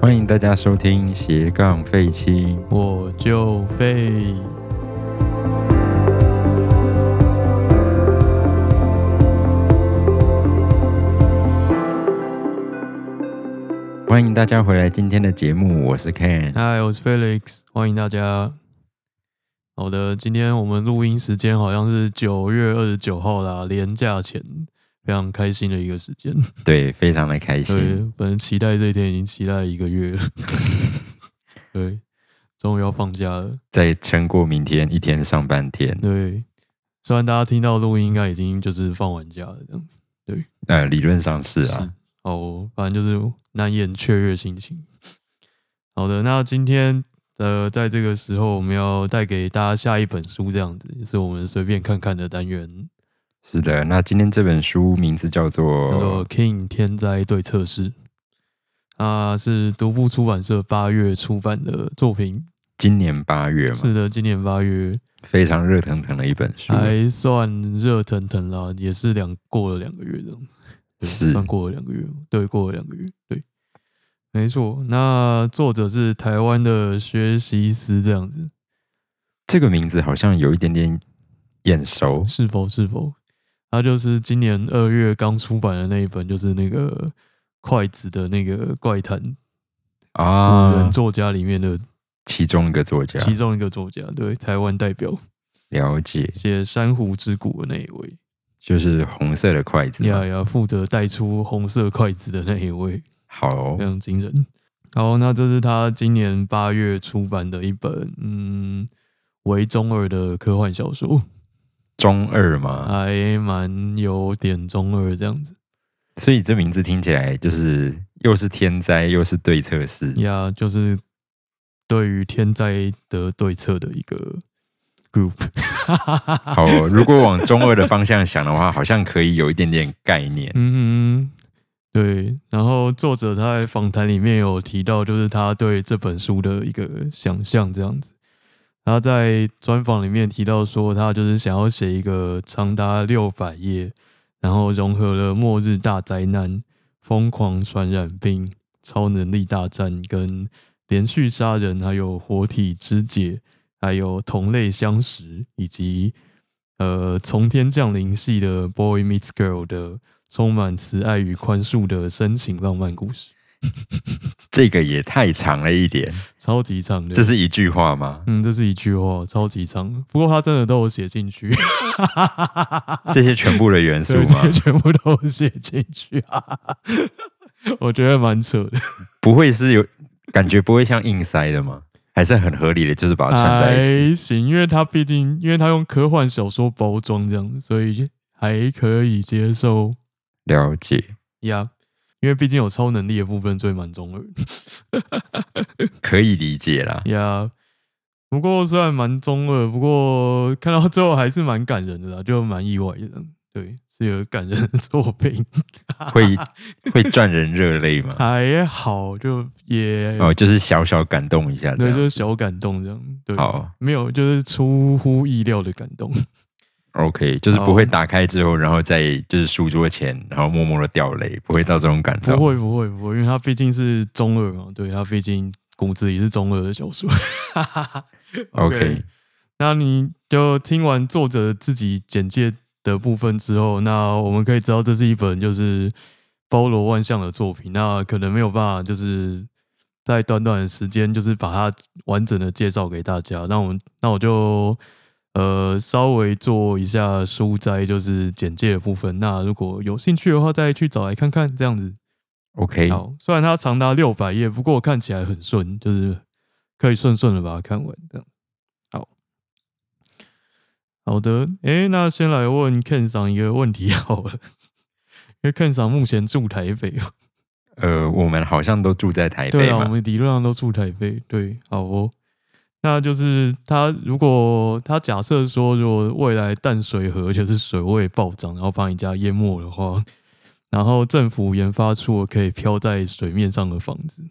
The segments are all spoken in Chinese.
欢迎大家收听斜杠废青，我就废。欢迎大家回来今天的节目，我是 Ken。嗨，我是 Felix，欢迎大家。好的，今天我们录音时间好像是九月二十九号啦，连假前，非常开心的一个时间。对，非常的开心。对，本人期待这一天已经期待一个月了。对，终于要放假了。再撑过明天一天上半天，对，虽然大家听到录音应该已经就是放完假了，这样子呃，理论上是啊，。哦，反正就是难掩雀跃心情。 好的，那今天呃，在这个时候我们要带给大家下一本书，这样子也是我们随便看看的单元，是的。那今天这本书名字叫做叫做《King 天灾对策师》。啊，是独步出版社八月出版的作品，今年八月嘛，是的，今年八月非常热腾腾的一本书。还算热腾腾啦，也是两过了两个月这样，对是算过了两个月，对，过了两个月，对，没错。那作者是台湾的学习师，这样子这个名字好像有一点点眼熟，是否是否？他就是今年二月刚出版的那一本，就是那个筷子的那个怪谈古啊人，作家里面的其中一个作家嗯其中一个作家，对，台湾代表了解，写《珊瑚之谷》的那一位。就是红色的筷子嘛。呀呀，负责带出红色筷子的那一位，好哦非，常惊人。好，那这是他今年八月出版的一本，嗯，为中二的科幻小说，中二啊嘛，还蛮有点中二这样子所以这名字听起来就是又是天灾又是对策式，呀就是对于天灾的对策的一个 group。好哦、如果往中二的方向想的话，好像可以有一点点概念。嗯哼，对。然后作者他在访谈里面有提到，就是他对这本书的一个想象这样子。他在专访里面提到说，他就是想要写一个长达六百页，然后融合了末日大灾难、疯狂传染病、超能力大战、跟连续杀人，还有活体肢解，还有同类相食，以及呃从天降临系的 Boy Meets Girl 的充满慈爱与宽恕的深情浪漫故事，这个也太长了一点，超级长的。这是一句话吗？嗯，这是一句话，超级长的。不过他真的都有写进去，这些全部的元素啊 对，这吗些？全部都有写进去啊。 我觉得蛮扯的，不会是有感觉不会像硬塞的吗？还是很合理的，就是把它串在一起。还行，因为他毕竟，因为他用科幻小说包装这样子，所以还可以接受了解，呀。因为毕竟有超能力的部分，所以蛮中二的。可以理解 啦。呀、不过虽然蛮中二，不过看到最后还是蛮感人的啦，就蛮意外的。对，是有感人的作品，会会赚人热泪 吗？还好，就也、哦，就是小小感动一下这对，就样。是小感动这样。对，好没有就是出乎意料的感动。 ，OK，就是哦不会打开之后，然后再就是书桌前，然后默默的掉泪，不会到这种感不动。会不会不会，因为他毕竟是中二嘛，对他毕竟骨子里是中二的小说。 OK 那你就听完作者自己简介的部分之后，那我们可以知道这是一本就是包罗万象的作品。那可能没有办法就是在短短的时间就是把它完整的介绍给大家。那我们那我就呃稍微做一下书摘就是简介的部分。那如果有兴趣的话，再去找来看看这样子。 OK，好，虽然它长达六百页，不过看起来很顺，就是可以顺顺的把它看完这样。好，好的，诶、那先来问 Ken 赏一个问题好了，因为 Ken 赏目前住台北哦，呃，我们好像都住在台对北啊，我嘛，们理论上都住台北，对，好哦。那就是他，如果他假设说，如果未来淡水河就是水位暴涨，然后把你家淹没的话，然后政府研发出了可以漂在水面上的房子，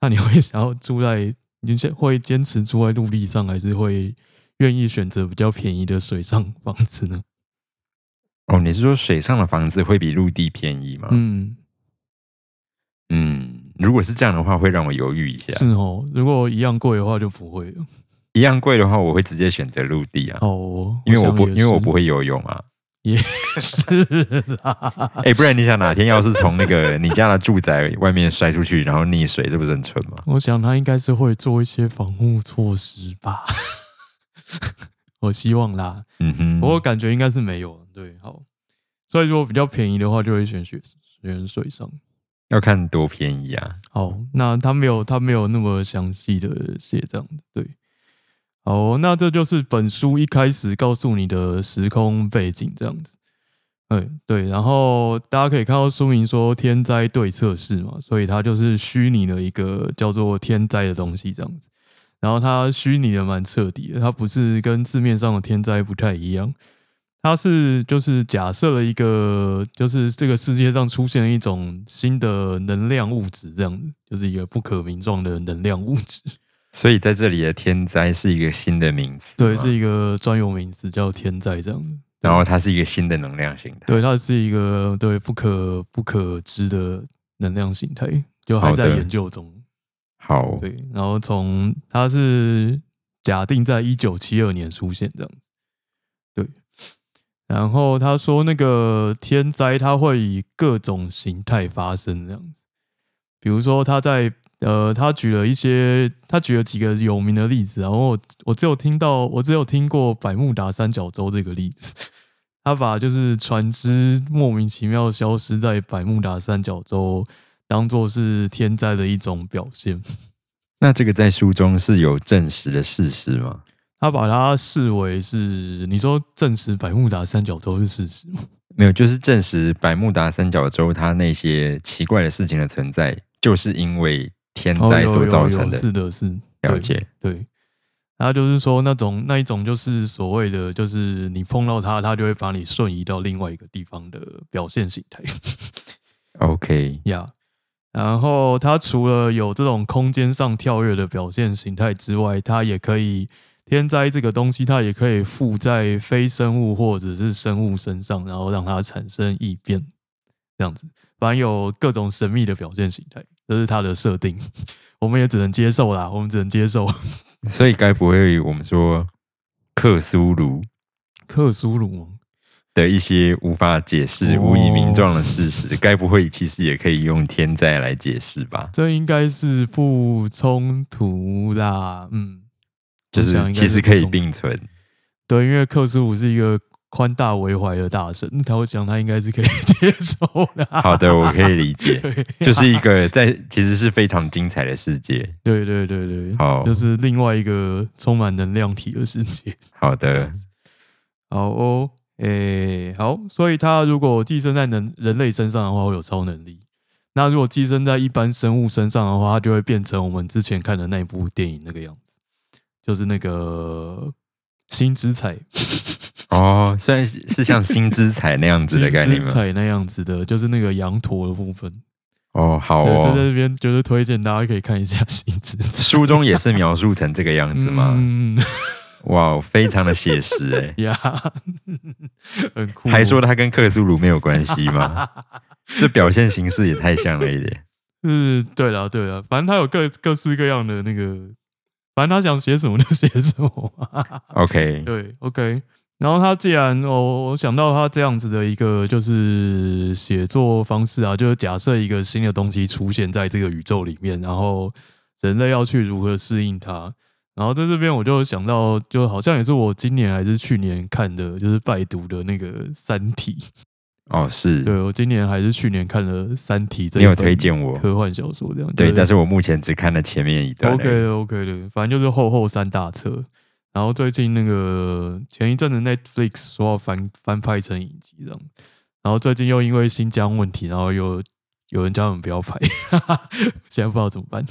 那你会 想要住在，你先会坚持住在陆地上，还是会愿意选择比较便宜的水上房子 呢？哦，你是说水上的房子会比陆地便宜吗？嗯，嗯，如果是这样的话，会让我犹豫一下是。哦，如果一样贵的话就不会了。一样贵的话，我会直接选择陆地啊，哦，我因为我想不也因为我是不会游泳啊。也 是啦，哎、不然你想哪天要是从那个你家的住宅外面摔出去，然后溺水，这不是很蠢吗？我想他应该是会做一些防护措施吧， 我希望啦。嗯哼，不过感觉应该是没有，对，好。所以如果比较便宜的话，就会选雪选水上。要看多便宜啊。好，那他没有他没有那么详细的写这样子，对。好，那这就是本书一开始告诉你的时空背景这样子。哎，对，然后大家可以看到书名说天灾对策室嘛，所以它就是虚拟的一个叫做天灾的东西这样子。然后它虚拟的蛮彻底的，它不是跟字面上的天灾不太一样，它是就是假设了一个，就是这个世界上出现了一种新的能量物质，这样子，就是一个不可名状的能量物 质。所以在这里的天灾是一个新的名词，对，是，一个专有名词，叫天灾这样子。然后它是一个新的能量形态。对，它是一个对不可不可知的能量形态，就还好在的研究中。好，对，然后从它是假定在一九七二年出现这样子，对。然后他说那个天灾它会以各种形态发生这样子，比如说他在呃，他举了一些，他举了几个有名的例子，然后我我只有听到我只有听过百慕达三角洲这个例子。他把就是船只莫名其妙消失在百慕达三角洲，当做是天灾的一种表现。那这个在书中是有证实的事实吗？他把它视为是你说证实百慕达三角洲是事实吗？没有，就是证实百慕达三角洲它那些奇怪的事情的存在，就是因为天哦，灾有嗯所造有成有，的。是的，是了解，对。对他就是说那种那一种就是所谓的，就是你碰到它，它就会把你瞬移到另外一个地方的表现形态。 OK，呀。然后它除了有这种空间上跳跃的表现形态之外，它也可以天灾这个东西，它也可以附在非生物或者是生物身上，然后让它产生异变，这样子，反正有各种神秘的表现形态，这是它的设定， 我们也只能接受啦，我们只能接受。 所以该不会我们说克苏鲁克苏鲁吗？的一些无法解释、哦无以名状的事实，该不会其实也可以用天灾来解释吧？这应该是不冲突啦，嗯，就我想是应该其实可不以冲突并存。对，因为克苏鲁是一个宽大为怀的大神，他会讲他应该是可以 接受的。好的，我可以理解，对， 就是一个在其实是非常精彩的世界。对对对对，好就是另外一个充满能量体的世界。好这的样，子好哦，诶、好，所以他如果寄生在人人类身上的话，会有超能力。那如果寄生在一般生物身上的话，它就会变成我们之前看的那部电影那个样子，就是那个星之彩哦，虽然是是像新之彩那样子的概念金吗？彩那样子的，就是那个羊驼的部分。哦，好对，就在哦，这边就是推荐大家可以看一下《新之彩》书中也是描述成这个样子吗？嗯哇，非常的写实哎、 呀，很酷。还说它跟克苏鲁没有关系 吗？这表现形式也太像了一点。是，对了对了，反正他有各各式各样的那个，反正他想写什么就写什么嘛。 OK，对，OK。然后他既然哦，我想到他这样子的一个就是写作方式啊，就是假设一个新的东西出现在这个宇宙里面，然后人类要去如何适应它。然后在这边我就想到，就好像也是我今年还是去年看的，就是拜读的那个《三体》。哦，是对我今年还是去年看了《三体》这你一有本推荐我，科幻小说，这样对，但是是我目前只看了前面一段欸而 OK 已。的 OK 的，反正就是厚厚三大册。然后最近那个前一阵子 Netflix 说要翻翻拍成影集这样，然后最近又因为新疆问题，然后又有人叫我们不要拍， 现在不知道怎么办，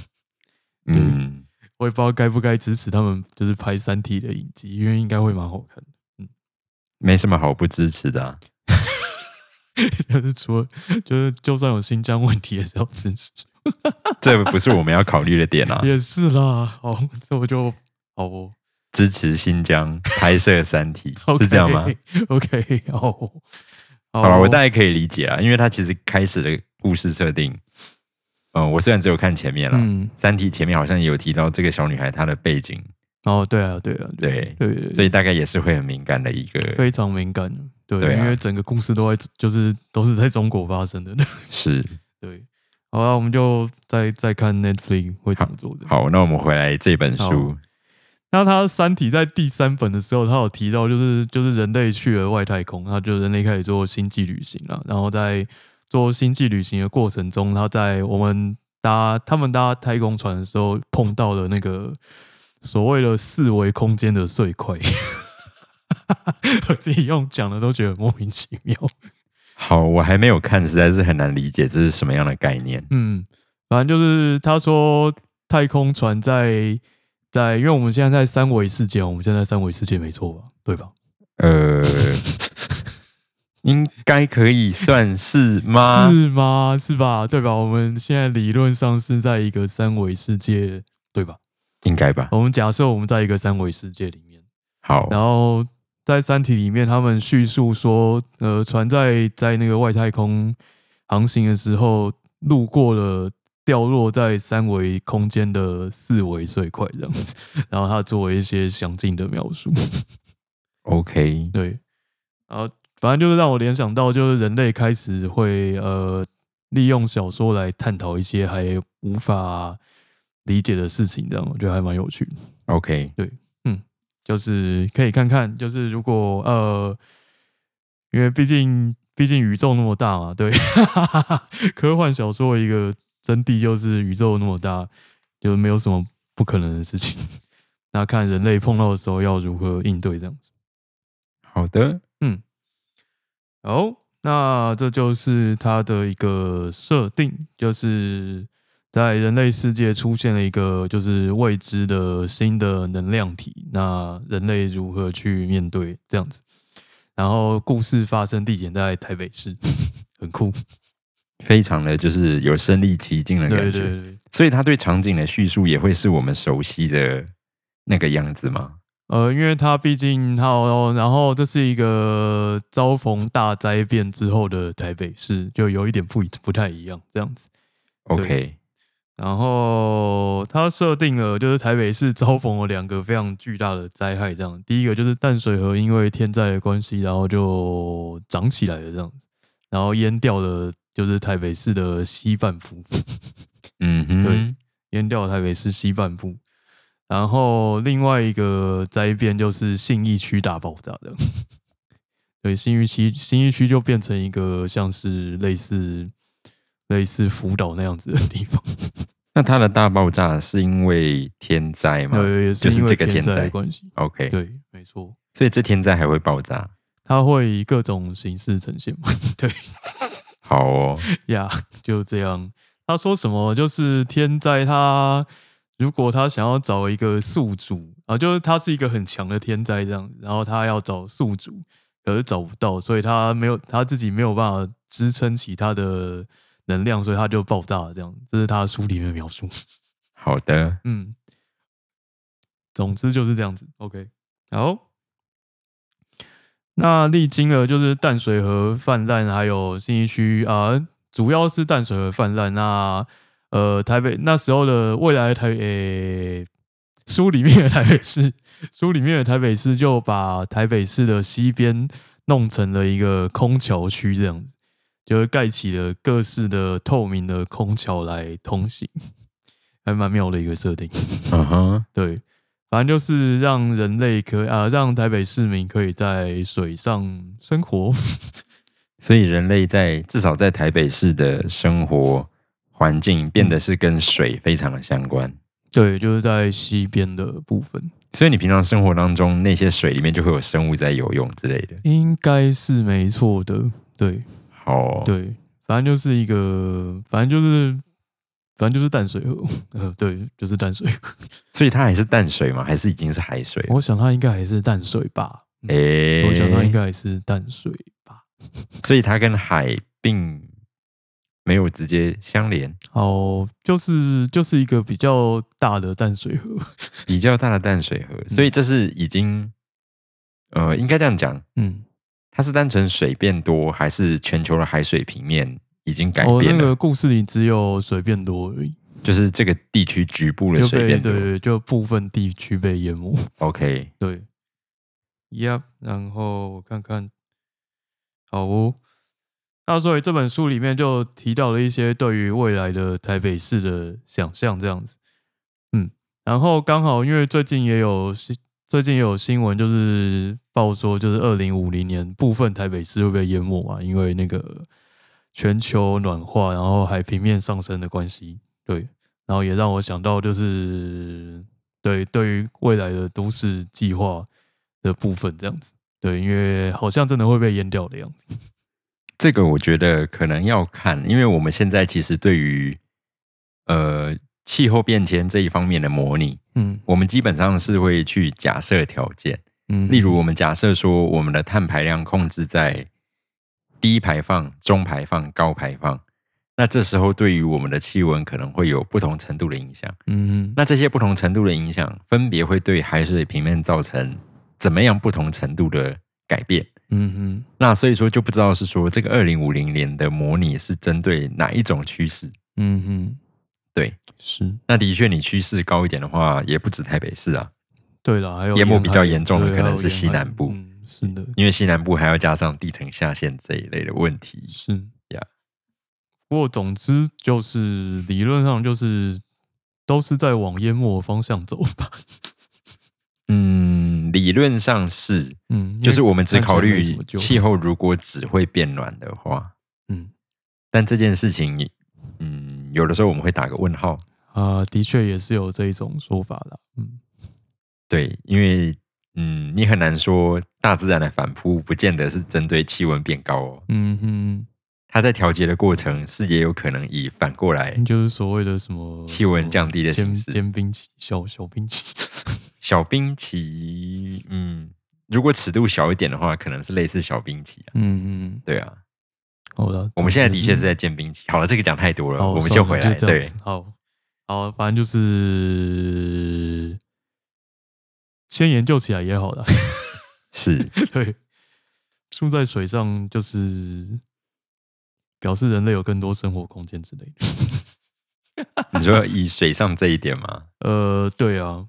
嗯，我也不知道该不该支持他们，就是拍《三体》的影集，因为应该会蛮好看的。没什么好不支持的啊、 就是除了就是就算有新疆问题，也是要支持。。这不是我们要考虑的点啊 也是啦，好，这我就好哦。支持新疆拍摄《三 体 o》k 是这样吗？ ？OK，哦，好好了，我大概可以理解啊，因为它其实开始的故事设定，嗯，我虽然只有看前面了，嗯，三体》前面好像也有提到这个小女孩她的背景，哦，对啊，对啊，对，对对，所以大概也是会很敏感的一个，非常敏感，对，对啊因为整个故事都在就是都是在中国发生的，是。对。好啊，我们就再再看 Netflix 会怎么做的。好，那我们回来这本书好，那他《三体》在第三本的时候，他有提到，就是就是人类去了外太空，那就人类开始做星际旅行了。然后在做星际旅行的过程中，他在我们搭他们搭太空船的时候，碰到了那个所谓的四维空间的碎块。 我自己用讲的都觉得莫名其妙。好，我还没有看，实在是很难理解这是什么样的概念。嗯，反正就是他说太空船在在，因为我们现在在三维世界，我们现在在三维世界没错吧？对吧？呃，应该可以算是吗？是吗？是吧？对吧？我们现在理论上是在一个三维世界，对吧？应该吧。我们假设我们在一个三维世界里面，好，然后在《三体》里面，他们叙述说，呃，船在在那个外太空航行的时候，路过了掉落在三维空间的四维碎块这样子，然后他做了一些详尽的描述。 OK，对，然后反正就是让我联想到，就是人类开始会呃利用小说来探讨一些还无法理解的事情，这样我觉得还蛮有趣的。 OK，就是可以看看，就是如果呃，因为毕竟毕竟宇宙那么大嘛，对， 科幻小说的一个真谛就是宇宙那么大，就没有什么不可能的事情。 那看人类碰到的时候要如何应对这样子。好的，哦，那这就是它的一个设定，就是在人类世界出现了一个就是未知的新的能量体，那人类如何去面对这样子？然后故事发生地点在台北市，很酷，非常的就是有身临其境的对感对觉。对，所以他对场景的叙述也会是我们熟悉的那个样子吗？呃，因为它毕竟它有，然后这是一个遭逢大灾变之后的台北市，就有一点不一不太一样这样子。 OK，然后它设定了，就是台北市遭逢了两个非常巨大的灾害，这样。第一个就是淡水河因为天灾的关系，然后就涨起来了这样子，然后淹掉了就是台北市的西半部，嗯哼对，淹掉了台北市西半部。然后另外一个灾变就是信义区大爆炸的， 对，信义区信义区就变成一个像是类似类似福岛那样子的地方。那他的大爆炸是因为天灾吗对，也就是是因这为个天天灾灾的关系。 ？OK，对，没错，所以这天灾还会爆炸？它会以各种形式呈现嘛。 对好 哦，呀就这样。他说什么？就是天灾，他如果他想要找一个宿主啊，就是他是一个很强的天灾这样子，然后他要找宿主，可是找不到，所以他没有他自己没有办法支撑起他的能量，所以他就爆炸了。这样，这是他书里面的描述。好的，嗯，总之就是这样子。OK，好。那历经了就是淡水河泛滥，还有信义区啊、呃主要是淡水河泛滥。那呃，台北那时候的未来的台北、诶 书里面的台北市，书里面的台北市就把台北市的西边弄成了一个空桥区，这样子，就是盖起了各式的透明的空桥来通行，还蛮妙的一个设定。嗯哼，对，反正就是让人类可以啊、让台北市民可以在水上生活。 所以人类在至少在台北市的生活环境变得是跟水非常的相关。对，就是在西边的部分，所以你平常生活当中那些水里面就会有生物在游泳之类的。应该是没错的。对好、哦，，对，反正就是一个，反正就是。反正就是淡水河，呃，对，就是淡水河。所以它还是淡水吗？还是已经是海水了？我想它应该还是淡水吧，诶、我想它应该还是淡水吧。所以它跟海并没有直接相连。哦，就是就是一个比较大的淡水河，比较大的淡水河，嗯所以这是已经，呃，应该这样讲，嗯，它是单纯水变多，还是全球的海水平面已经改哦，变那了，个故事里只有水变多而已，就是这个地区局部的就水被变对多。对，就部分地区被淹没。 OK，对，Yep，然后我看看，好哦。那所以这本书里面就提到了一些对于未来的台北市的想象，这样子。嗯，然后刚好因为最近也有新，最近也有新闻就是报说，就是二零五零年部分台北市会被淹没嘛，因为那个全球暖化，然后海平面上升的关系。对，然后也让我想到就是对对于未来的都市计划的部分这样子。对，因为好像真的会被淹掉的样子。这个我觉得可能要看，因为我们现在其实对于呃气候变迁这一方面的模拟，嗯我们基本上是会去假设条件，嗯例如我们假设说我们的碳排量控制在低排放、中排放、高排放，那这时候对于我们的气温可能会有不同程度的影响。嗯那这些不同程度的影响，分别会对海水平面造成怎么样不同程度的改变？嗯那所以说就不知道是说这个二零五零年的模拟是针对哪一种趋势？嗯嗯，对，是那的确你趋势高一点的话，也不止台北市啊，对了，还有淹没比较海严重的对可还能有是沿西海南部嗯，是的，因为西南部还要加上地层下陷这一类的问题。是呀。不过总之就是理论上就是都是在往淹没的方向走吧。嗯，理论上是， 嗯，因就是为我们只看起来考没虑什么救气候如果只会变暖的话，嗯但这件事情，嗯，有的时候我们会打个问号。啊、的确也是有这一种说法的。嗯对，因为嗯，你很难说大自然的反扑不见得是针对气温变高哦，嗯哼。它在调节的过程是也有可能以反过来就是所谓的什 么气温降低的什么形式尖尖兵器、小小兵 器。小冰期，嗯，如果尺度小一点的话，可能是类似小冰期啊。嗯嗯，对啊，好了，我们现在的总确之是在建冰期。好了，这个讲太多了，好，我们算就了回来。这样对，子好好，反正就是先研究起来也好了。是 对，住在水上就是表示人类有更多生活空间之类的。你说以水上这一点吗？呃，对啊，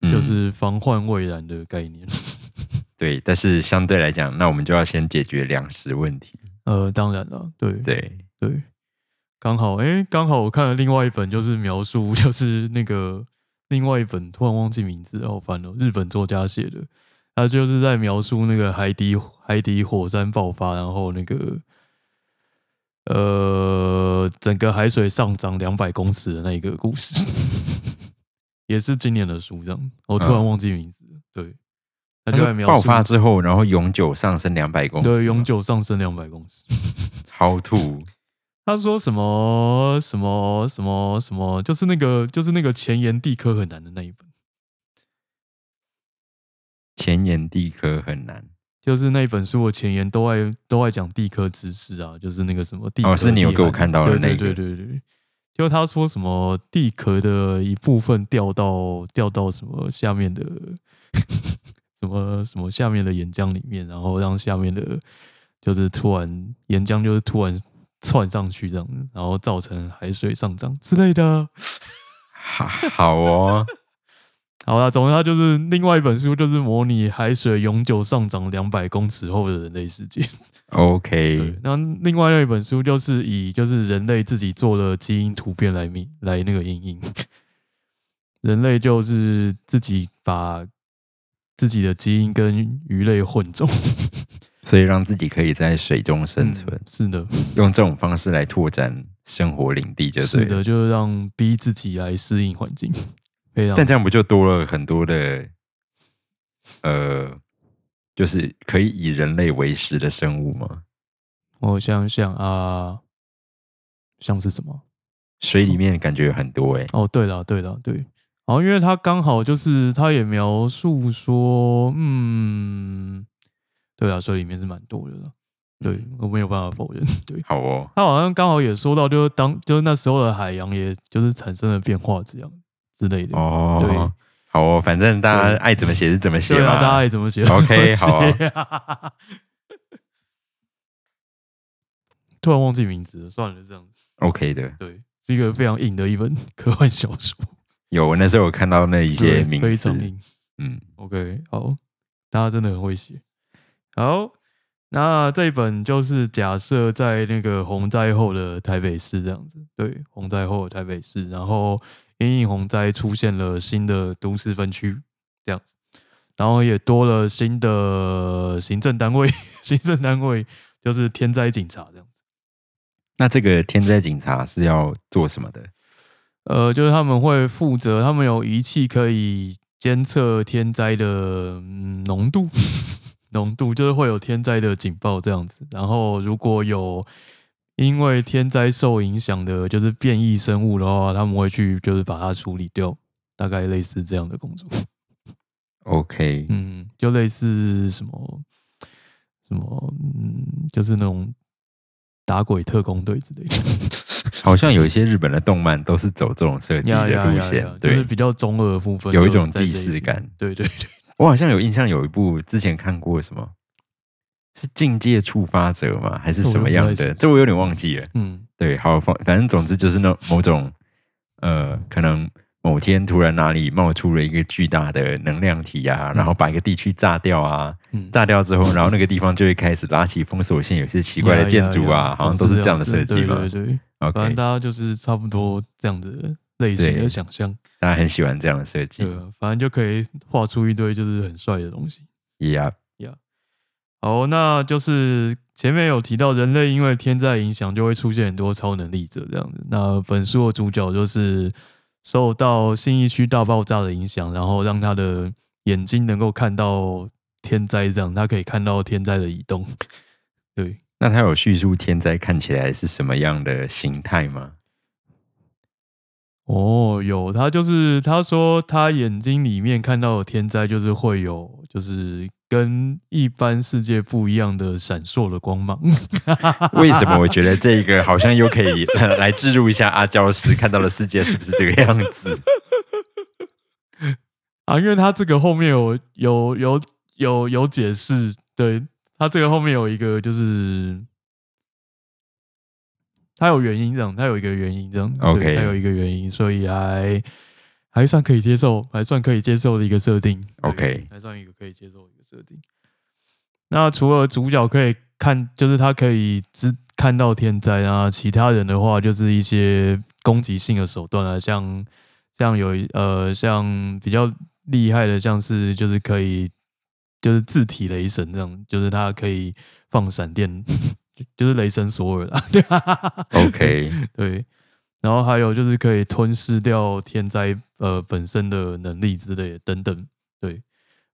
嗯就是防患未然的概念。对，但是相对来讲，那我们就要先解决粮食问题。呃，当然了，对对，对，刚好，哎，刚好我看了另外一本，就是描述， 就是那个另外一本，突然忘记名字了，哦，烦了，日本作家写的，他就是在描述那个海底海底火山爆发，然后那个呃，整个海水上涨两百公尺的那一个故事， 也是今年的书，这样，我突然忘记名字了，对，他就在它描嗯爆述发之后，然后永久上升两百公尺吗，对永久上升两百公尺。超吐。他说什么什么什么什么，就是那个就是那个前沿地科很难的那一本，前沿地科很难就是那一本书的前言都爱都爱讲地科知识啊，就是那个什么地哦科是你有地给我函看到的对那对一对个对对，就他说什么地壳的一部分掉到掉到什么下面的什么什么下面的岩浆里面，然后让下面的就是突然岩浆就是突然窜上去这样子，然后造成海水上涨之类的。啊好好哦，好啦，总之它就是另外一本书，就是模拟海水永久上涨两百公尺后的人类世界。 OK， 对，那另外那一本书就是以就是人类自己做的基因突变来命来那个因应，人类就是自己把自己的基因跟鱼类混种所以让自己可以在水中生存，嗯是的，用这种方式来拓展生活领地就对是的，了就是让逼自己来适应环境，非常但这样不就多了很多的呃，就是可以以人类为食的生物吗？我想想啊，像是什么？水里面感觉有很多哎、哦，对了，对了，对，然后因为他刚好就是他也描述说，嗯，对啊，所以里面是蛮多的了，对嗯我没有办法否认， 对好哦，他好像刚好也说到，就是当就是那时候的海洋，也就是产生了变化这样之类的，哦，对，好哦，反正大对家爱怎么写是怎么写对啊，嘛。大家爱怎么写啊 OK，好啊写啊 突然忘记名字了，算了，这样子。 OK 的。对，是一个非常硬的一本 科幻小说，有，我那时候有看到那一些对名非字常，硬。嗯， OK，好，大家真的很会写。好，那这一本就是假设在那个洪灾后的台北市这样子，对，洪灾后的台北市，然后因应洪灾出现了新的都市分区这样子，然后也多了新的行政单位， 行政单位就是天灾警察这样子。那这个天灾警察是要做什么的？呃，就是他们会负责，他们有仪器可以监测天灾的嗯浓度， 浓度就是会有天灾的警报这样子。然后如果有因为天灾受影响的，就是变异生物的话，他们会去就是把它处理掉，大概类似这样的工作。 OK，、嗯，就类似什么什么，嗯，就是那种打鬼特工队之类的。好像有一些日本的动漫都是走这种设计呀的呀路呀线呀就对是比较中二的部分，有一种既视视感。对对对，我好像有印象，有一部之前看过什么，是《境界触发者》吗？还是什么样我不太的？清楚这我有点忘记了。嗯，对，好，反反正总之就是那某种呃，可能某天突然哪里冒出了一个巨大的能量体啊，然后把一个地区炸掉啊，嗯炸掉之后，然后那个地方就会开始拉起封锁线，有些 奇怪的呀建呀筑呀啊，好像总都是是这样的子设计嘛对对。对，反 OK，正大家就是差不多这样的类型对嗯的想象，大家很喜欢这样的设计对。啊，反正就可以画出一堆就是很帅的东西。啊 Yeah，好，哦那就是前面有提到，人类因为天灾影响，就会出现很多超能力者这样子。那本书的主角就是受到信义区大爆炸的影响，然后让他的眼睛能够看到天灾，这样他可以看到天灾的移动。对，那他有叙述天灾看起来是什么样的形态吗？哦，有他就是他说他眼睛里面看到的天灾，就是会有就是跟一般世界不一样的闪烁的光芒。 为什么我觉得这个好像又可以呃来置入一下阿娇时看到的世界是不是这个样 子？啊，因为他这个后面有有有有有解释，对他这个后面有一个就是，他有原因这样，他有一个原因这样对 OK 他有一个原因，所以还还算可以接受，还算可以接受的一个设定对 OK 还算一个可以接受的一个设定。那除了主角可以看，就是他可以只看到天灾啊，其他人的话就是一些攻击性的手段啊，像像有一呃，像比较厉害的，像是就是可以就是自体雷神这样，就是他可以放闪电， 就就是雷神索尔啦， 对吧 OK，对。然后还有就是可以吞噬掉天灾呃本身的能力之类的等等，对，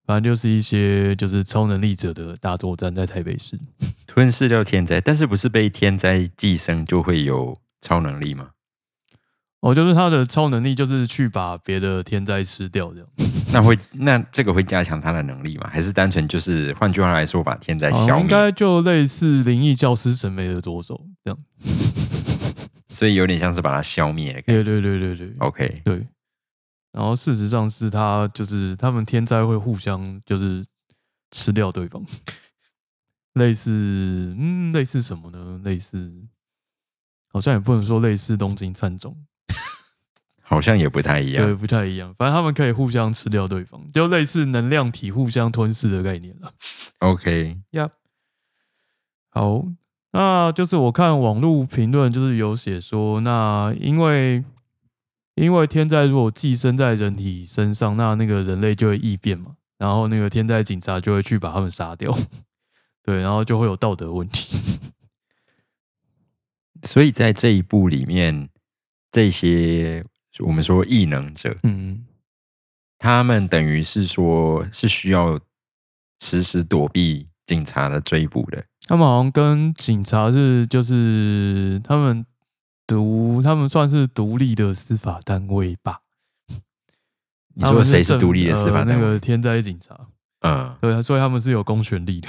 反正就是一些就是超能力者的大作战在台北市。吞噬掉天灾，但是不是被天灾寄生就会有超能力吗？哦，就是他的超能力就是去把别的天灾吃掉这样。那会那这个会加强他的能力吗？还是单纯就是换句话来说，把天灾好消灭像哦应？该就类似灵异教师审美的左手这样。 所以有点像是把它消灭的感觉。对对对对对 OK，对。然后事实上是他就是他们天灾会互相就是吃掉对方， 类似嗯类似什么呢？类似好像也不能说类似东京喰种，好像也不太一对，样。不太一样。反正他们可以互相吃掉对方，就类似能量体互相吞噬的概念了。 OK，呀、好，那就是我看网络评论，就是有写说，那因为因为天灾如果寄生在人体身上，那那个人类就会异变嘛，然后那个天灾警察就会去把他们杀掉， 对，然后就会有道德问题。所以在这一部里面，这些我们说异能者，嗯，他们等于是说是需要时时躲避警察的追捕的。他们好像跟警察是就是他们独，他们算是独立的司法单位吧。你他说们谁是政独立的司法呃单那个位？天灾警察，嗯对，所以他们是有公权力的。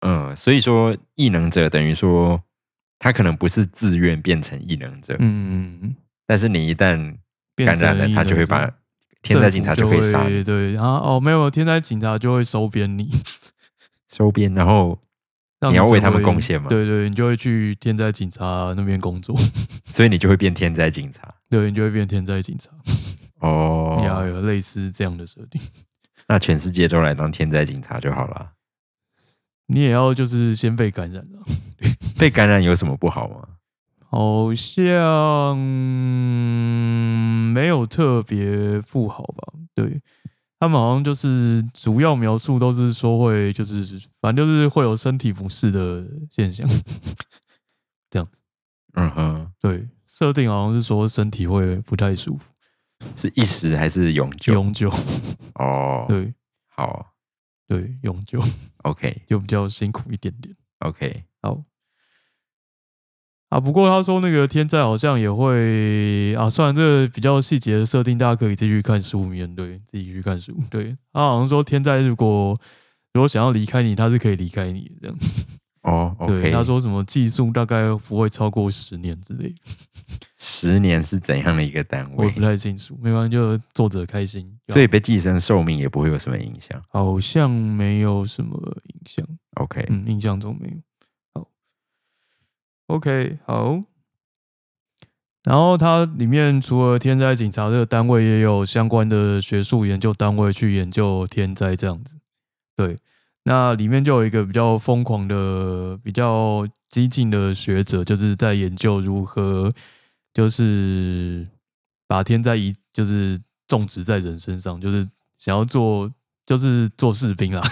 嗯，所以说异能者等于说他可能不是自愿变成异能者，嗯，嗯嗯但是你一旦变感染成了，一他个就会这样把天灾政警察府就就可以杀你会对，然后哦没有，天灾警察就会收编你，收编，然后 让你要为成他们贡献嘛对对，你就会去天灾警察那边工作， 所以你就会变天灾警察对你就会变天灾警察，哦。呀，有类似这样的设定。 那全世界都来当天灾警察就好了。你也要就是先被感染了，啊被感染有什么不好吗？好像、嗯没有特别不好吧？对他们好像就是主要描述都是说会就是反正就是会有身体不适的现象，嗯哼，对设定好像是说身体会不太舒服，是一时还是永久？永久，哦，，对好对永久，OK 就比较辛苦一点点。 OK，好啊，不过他说那个天灾好像也会啊，虽然这个比较细节的设定，大家可以自己去看书里面，对自己去看书。对他好像说天灾如果如果想要离开你，他是可以离开你的这样。哦对， ，OK，他说什么技术大概不会超过十年之类的，十年是怎样的一个单我也位不？太清楚。没关系，就作者开心。所以被寄生寿命也不会有什么影响。好像没有什么影响。 OK，嗯，印象中没有。好，OK，好。然后它里面除了天灾警察这个单位，也有相关的学术研究单位去研究天灾这样子。对，那里面就有一个比较疯狂的、比较激进的学者，就是在研究如何就是把天灾移，就是种植在人身上，就是想要做，就是做士兵啦。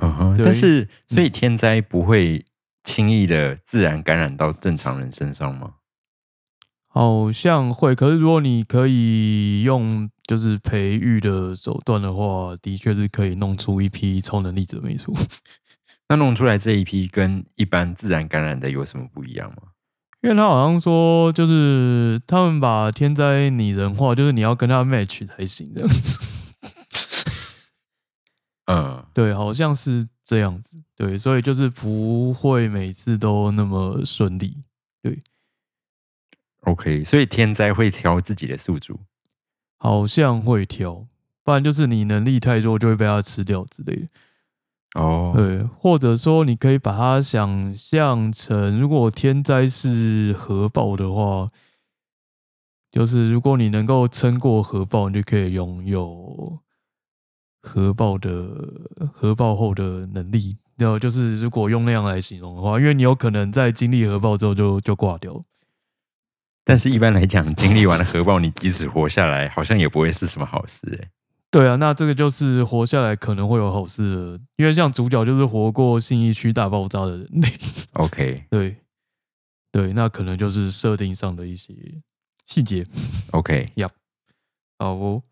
嗯哼，对嗯但是所以天灾不会轻易的自然感染到正常人身上吗？好像会，可是如果你可以用就是培育的手段的话，的确是可以弄出一批超能力者，没错。 那弄出来这一批跟一般自然感染的有什么不一样吗？因为他好像说，就是他们把天灾拟人化，就是你要跟他 match 才行这样子。 嗯，对，好像是这样子。对，所以就是不会每次都那么顺利。 OK，所以天灾会挑自己的宿主。好像会挑，不然就是你能力太弱就会被他吃掉之类的。哦，对，或者说你可以把它想象成，如果天灾是核爆的话，就是如果你能够撑过核爆，你就可以拥有核爆的核爆后的能力。然后就是如果用那样来形容的话，因为你有可能在经历核爆之后就就挂掉。但是一般来讲，经历完了核爆，你即使活下来，好像也不会是什么好事、欸。对啊，那这个就是活下来可能会有好事的，因为像主角就是活过信义区大爆炸的人类。 OK 对，对，那可能就是设定上的一些细节。 OK，好哦，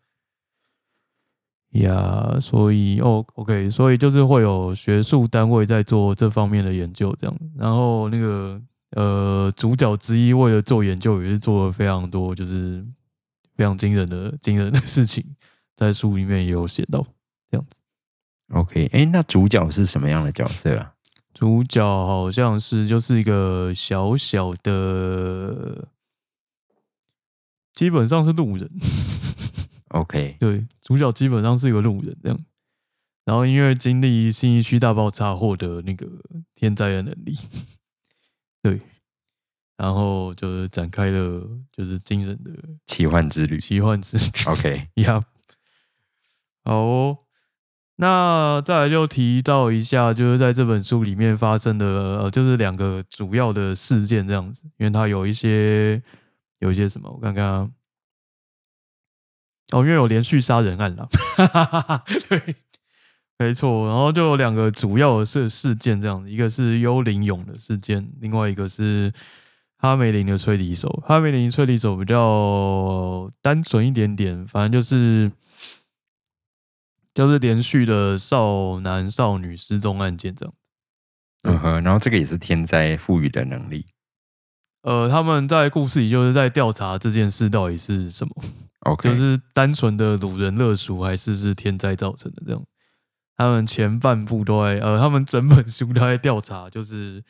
呀，所以哦，OK，所以就是会有学术单位在做这方面的研究，这样。然后那个呃，主角之一为了做研究，也是做了非常多，就是非常惊人的惊人的事情，在书里面也有写到。这样子， OK，哎、那主角是什么样的角色啊？主角好像是就是一个小小的，基本上是路人。 OK，对，主角基本上是一个路人这样。然后因为经历信义区大爆炸获得那个天灾的能力， 对，然后就是展开了就是惊人的奇幻之旅。奇幻之旅。 OK， 呀，好哦。那再来就提到一下，就是在这本书里面发生的，呃，就是两个主要的事件这样子，因为它有一些有一些什么，我看看、啊，哦，因为有连续杀人案啦，对，没错，然后就有两个主要的事事件这样子，一个是幽灵俑的事件，另外一个是哈梅林的吹笛手。哈梅林吹笛手比较单纯一点点，反正就是就是连续的少男少女失踪案件这样。嗯哼，然后这个也是天灾赋予的能力。呃，他们在故事里就是在调查这件事到底是什么， OK，就是单纯的掳人勒赎，还是是天灾造成的这样。他们前半部都在，呃，他们整本书都在调查，就是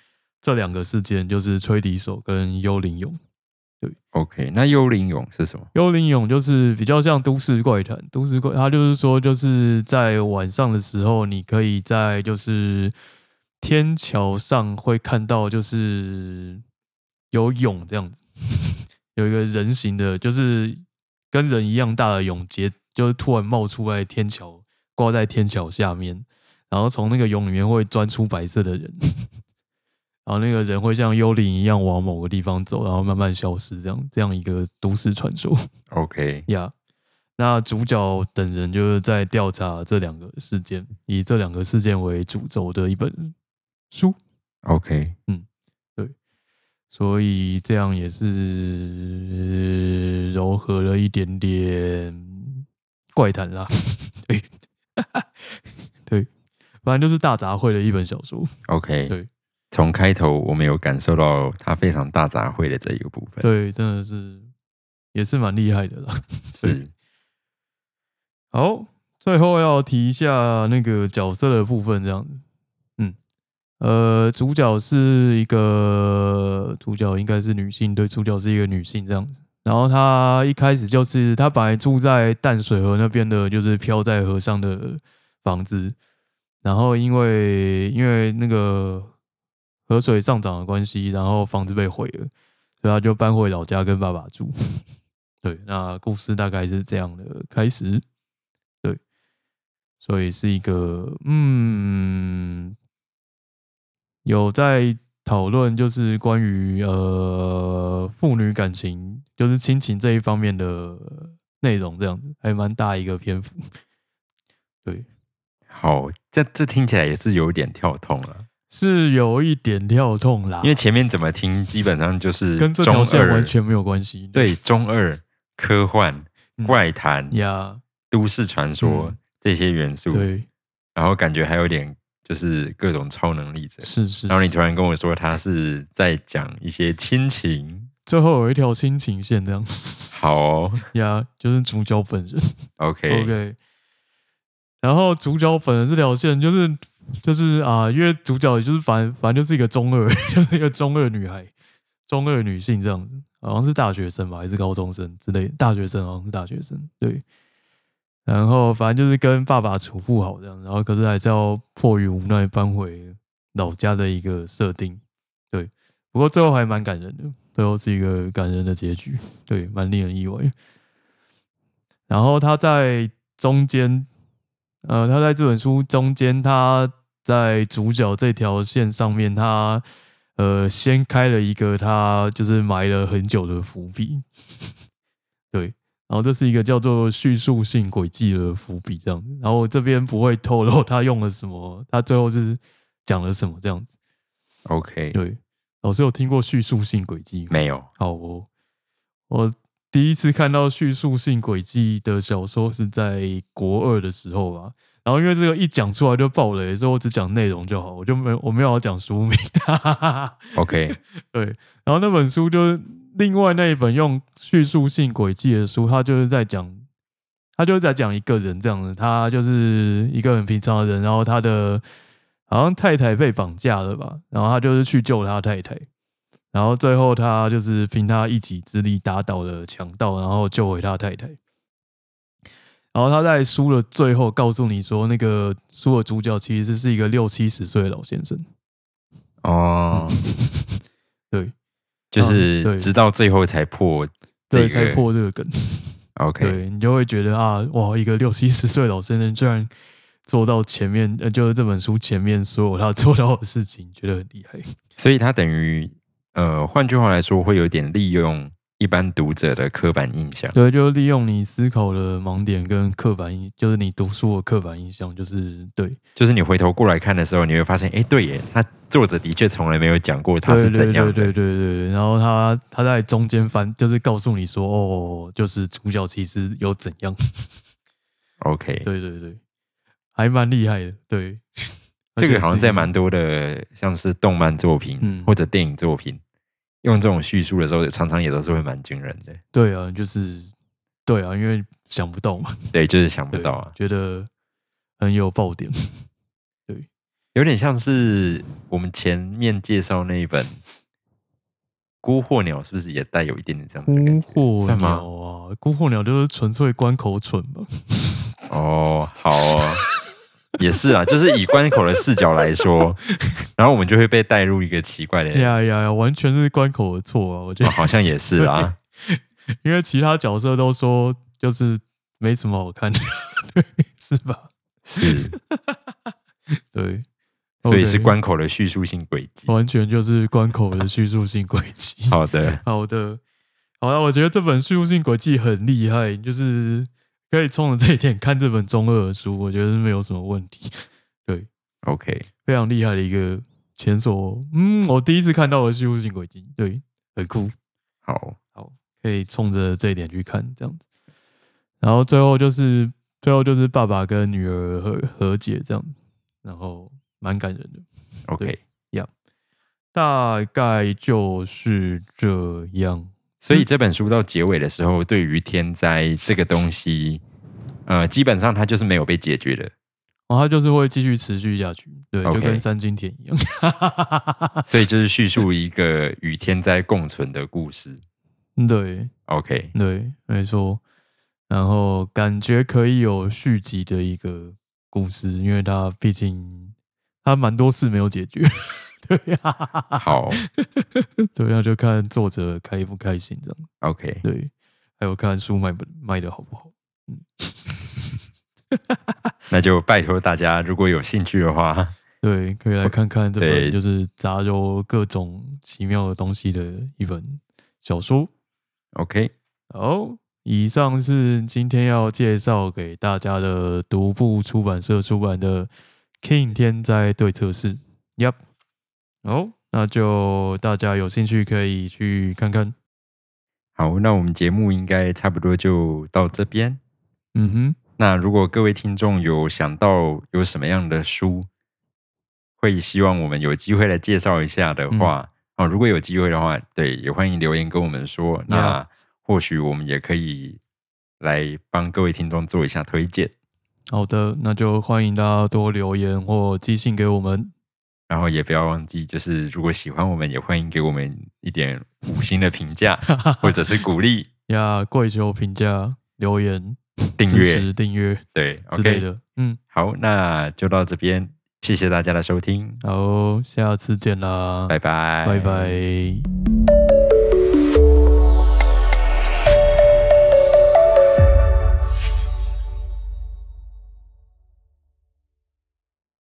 这两个事件，就是吹笛手跟幽灵俑。 OK，那幽灵俑是什么？幽灵俑就是比较像都市怪谈，都市怪，它就是说，就是在晚上的时候，你可以在就是天桥上会看到就是有蛹这样子，有一个人形的，就是跟人一样大的蛹结，就是突然冒出来天桥，挂在天桥下面，然后从那个蛹里面会钻出白色的人， 然后那个人会像幽灵一样往某个地方走，然后慢慢消失，这样这样一个都市传说。 OK，呀那主角等人就是在调查这两个事件，以这两个事件为主轴的一本书， OK，所以这样也是呃柔和了一点点怪谈啦。 对，对，反正就是大杂烩的一本小说。 OK，对，从开头我们有感受到它非常大杂烩的这一个部分，对，真的是也是蛮厉害的啦。是好，最后要提一下那个角色的部分，这样子。嗯，呃，主角是一个主角应该是女性，对，主角是一个女性这样子。然后她一开始就是她本来住在淡水河那边的，就是漂在河上的房子。然后因为因为那个河水上涨的关系，然后房子被毁了，所以她就搬回老家跟爸爸住。 对，那故事大概是这样的开始。对，所以是一个嗯，有在讨论就是关于呃父女感情，就是亲情这一方面的内容，这样子还蛮大一个篇幅。对，好，这这听起来也是有一点跳痛了，是有一点跳痛啦，因为前面怎么听基本上就是跟这条中线二完全没有关系。对中二、科幻、嗯怪谈、呀，都市传说嗯这些元素，对，然后感觉还有点就是各种超能力者，是是然。后你突然跟我说他是在讲一些亲情，最后有一条亲情线这样。好哦呀就是主角本人。 ，OK， OK，然后主角本人这条线就是就是啊，因为主角就是反反正就是一个中二， 就是一个中二女孩，中二女性这样子，好像是大学生吧，还是高中生之类的，大学生好像是大学生，对。然后反正就是跟爸爸处不好这样，然后可是还是要迫于无奈搬回老家的一个设定，对。不过最后还蛮感人的，最后是一个感人的结局，对，蛮令人意外的。然后他在中间，呃，他在这本书中间，他在主角这条线上面，他呃先开了一个他就是埋了很久的伏笔， 对，然后这是一个叫做叙述性轨迹的伏笔，这样子。然后我这边不会透露他用了什么，他最后是讲了什么这样子。 OK，对，老师有听过叙述性轨迹吗？没 有好哦，我第一次看到叙述性轨迹的小说是在国二的时候吧。然后因为这个一讲出来就爆雷，所以我只讲内容就好，我就没有我没有要讲书名。 ，OK，对，然后那本书就是另外那一本用叙述性轨迹的书，它就是在讲，它就是在讲一个人这样的，他就是一个很平常的人，然后他的好像太太被绑架了吧，然后他就是去救他太太，然后最后他就是凭他一己之力打倒了强盗，然后救回他太太。然后他在书的最后告诉你说，那个书的主角其实是一个六七十岁的老先生。哦， 对，就是嗯对直到最后才破这对，个，才破这 个梗。 OK，对你就会觉得啊，哇，一个六七十岁的老先生居然做到前面，呃，就是这本书前面所有他做到的事情，觉得很厉害。所以他等于呃，换句话来说，会有点利用一般读者的刻板印象。对，就是利用你思考的盲点跟刻板印，就是你读书的刻板印象，就是对，就是你回头过来看的时候，你会发现，哎，对耶，他作者的确从来没有讲过他对是对怎对样的。对对对对。然后他他在中间翻，就是告诉你说，哦，就是主角其实有怎样。 OK，对对对，还蛮厉害的。对， 而这且个好像是在蛮多的，像是动漫作品、嗯或者电影作品，用这种叙述的时候，常常也都是会蛮惊人的。对啊，就是对啊，因为想不到嘛。对，就是想不对，到啊，觉得很有 爆点。有点像是我们前面介绍那一本《孤惑鸟》，是不是也带有一点点这样孤的感觉？惑算鸟吗？啊，孤惑鸟就是纯粹关口蠢吧？哦，好哦，也是啊，就是以关口的视角来 说，然后我们就会被带入一个奇怪的，呀呀呀，完全是关口的错啊！我觉哦得，好像也是 啊。因为其他角色都说就是没什么好看的， 对，是吧？是，对，所以是 OK，哦关口的叙述性轨迹。完全就是关口的叙述性轨迹。好的，好的，好了，我觉得这本叙述性轨迹很厉害，就是可以冲着这一点看这本中二的书，我觉得是没有什么问题， OK，非常厉害的一个前所，嗯，我第一次看到的叙述性轨迹，对，很酷。好，好，可以冲着这一点去看这样子。然后最后就是最后就是爸爸跟女儿和和解这样子，然后蛮感人的， OK，大概就是这样。所以这本书到结尾的时候，对于天灾这个东西，呃，基本上它就是没有被解决的，然后他就是会继续持续下去，对 OK 就跟三金田一样。 所以就是叙述一个与天灾共存的故事。对 OK，对，没错。然后感觉可以有续集的一个故事，因为他毕竟他蛮多事没有解决。 对呀、啊，好对，啊那就看作者开不开心这样。 ，OK，对，还有看书卖不卖的好不好。那就拜托大家，如果有兴趣的话，对，可以来看看这本对就是杂糅各种奇妙的东西的一本小说。 OK，好，以上是今天要介绍给大家的独步出版社出版的《King 天灾对策室》。Yep，好，那就大家有兴趣可以去看看。好，那我们节目应该差不多就到这边。嗯哼。那如果各位听众有想到有什么样的书，会希望我们有机会来介绍一下的嗯话，哦，如果有机会的话，对，也欢迎留言跟我们说。那或许我们也可以来帮各位听众做一下推荐，好的，那就欢迎大家多留言或寄信给我们。然后也不要忘记，就是如果喜欢我们，也欢迎给我们一点五星的评 价或者是鼓励、呀，跪求评价、留言、订支阅，持、订阅对之类，OK，的。嗯，好，那就到这边，谢谢大家的收听，好，下次见啦，拜拜，拜拜